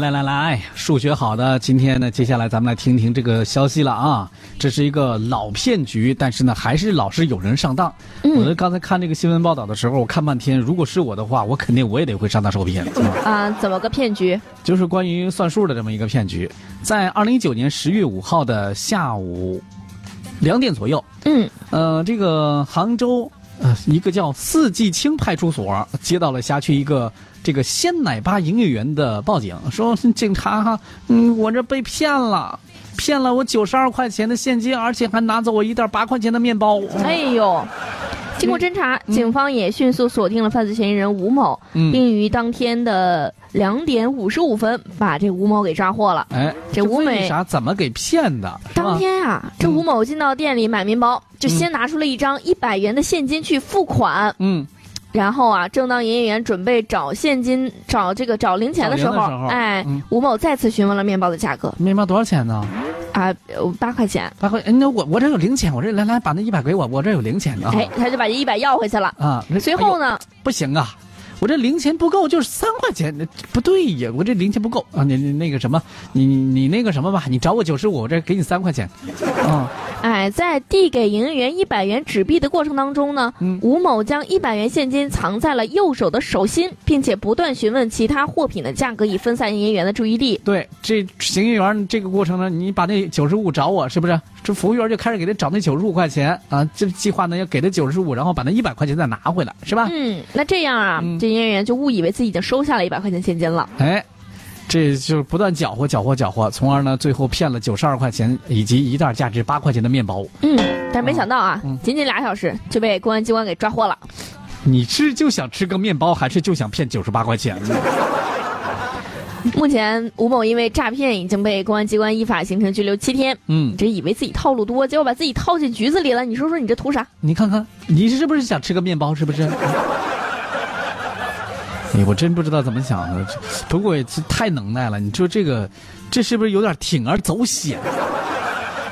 来来来来，数学好的，今天呢，接下来咱们来听听这个消息了啊。这是一个老骗局，但是呢，还是老是有人上当。我刚才看这个新闻报道的时候，我看半天，如果是我的话，我肯定我也得会上当受骗。啊，怎么个骗局？就是关于算数的这么一个骗局，在二零一九年十月五号的下午两点左右，嗯，呃，这个杭州呃一个叫四季青派出所接到了辖区一个这个鲜奶吧营业员的报警，说警察哈，嗯，我这被骗了，骗了我九十二块钱的现金，而且还拿走我一袋八块钱的面包。哎呦。经过侦查，警方也迅速锁定了犯罪嫌疑人吴某，嗯并于当天的两点五十五分把这吴某给抓获了。哎，这吴为美啥怎么给骗的？是吧嗯当天啊，这吴某进到店里买面包，就先拿出了一张一百元的现金去付款。嗯，然后啊，正当营业员准备找现金、找这个找零钱的时候，找零的时候哎，嗯吴某再次询问了面包的价格面包多少钱呢？啊，八、块钱。八块。哎，那我我这有零钱，我这来来把那一百给我，我这有零钱呢。哎，他就把这一百要回去了。啊，那随啊哎呦后呢，不行啊，我这零钱不够，就是三块钱，那不对呀，我这零钱不够啊，你你那个什么，你你你那个什么吧，你找我九十五，我这给你三块钱，啊，哎，在递给营业员一百元纸币的过程当中呢，嗯吴某将一百元现金藏在了右手的手心，并且不断询问其他货品的价格，以分散营业员的注意力。对，这营业员这个过程呢，你把那九十五找我是不是？这服务员就开始给他找那九十五块钱啊，这计划呢要给他九十五，然后把那一百块钱再拿回来，是吧？嗯，那这样啊，啊嗯这营业员就误以为自己已经收下了一百块钱现金了。哎，这就是不断搅和搅和搅和，从而呢最后骗了九十二块钱以及一袋价值八块钱的面包。嗯，但是没想到啊，嗯仅仅俩小时就被公安机关给抓获了。你是就想吃个面包，还是就想骗九十八块钱？目前，吴某因为诈骗已经被公安机关依法行政拘留七天。嗯你，这以为自己套路多，结果把自己套进局子里了，你说说你这图啥？你看看，你是不是想吃个面包？是不是？哎，我真不知道怎么想的，这不过也是太能耐了。你说这个，这是不是有点铤而走险？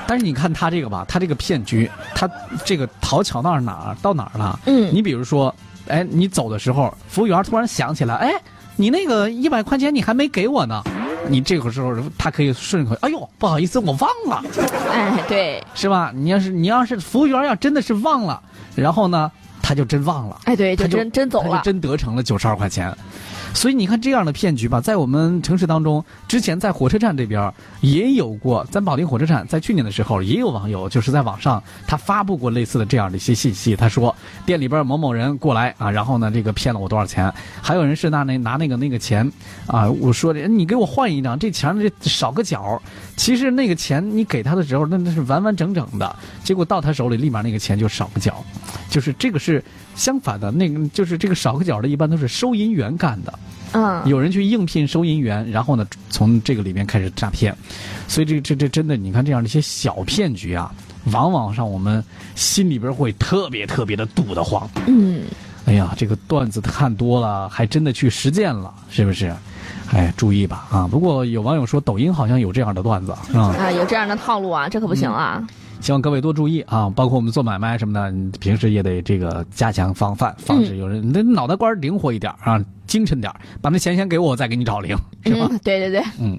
但是你看他这个吧，他这个骗局，他这个讨巧到哪儿到哪儿了？嗯你比如说，哎，你走的时候，服务员突然想起来，哎，你那个一百块钱你还没给我呢，你这个时候他可以顺口，哎呦，不好意思，我忘了。哎，对，是吧？你要是你要是服务员要真的是忘了，然后呢，他就真忘了，哎对，他就真真走他了就。真得逞了九十二块钱。所以你看这样的骗局吧，在我们城市当中，之前在火车站这边儿也有过，咱保定火车站在去年的时候，也有网友就是在网上他发布过类似的这样的一些信息，他说店里边儿某某人过来啊，然后呢这个骗了我多少钱，还有人是拿那拿那个那个钱啊，我说的你给我换一张，这钱这少个角儿，其实那个钱你给他的时候，那那是完完整整的，结果到他手里立马那个钱就少个角，就是这个是相反的，那个就是这个少个角的，一般都是收银员干的，嗯，有人去应聘收银员，然后呢从这个里面开始诈骗，所以这这这真的，你看这样的一些小骗局啊，往往让我们心里边会特别特别的堵得慌。嗯，哎呀，这个段子看多了，还真的去实践了，是不是？哎，注意吧啊！不过有网友说，抖音好像有这样的段子啊。啊，有这样的套路啊，这可不行啊。希望各位多注意啊，包括我们做买卖什么的，你平时也得这个加强防范，防止有人。你的脑嗯袋瓜儿灵活一点儿啊，精神点儿，把那钱先给我，我再给你找零，是吧？嗯，对对对。嗯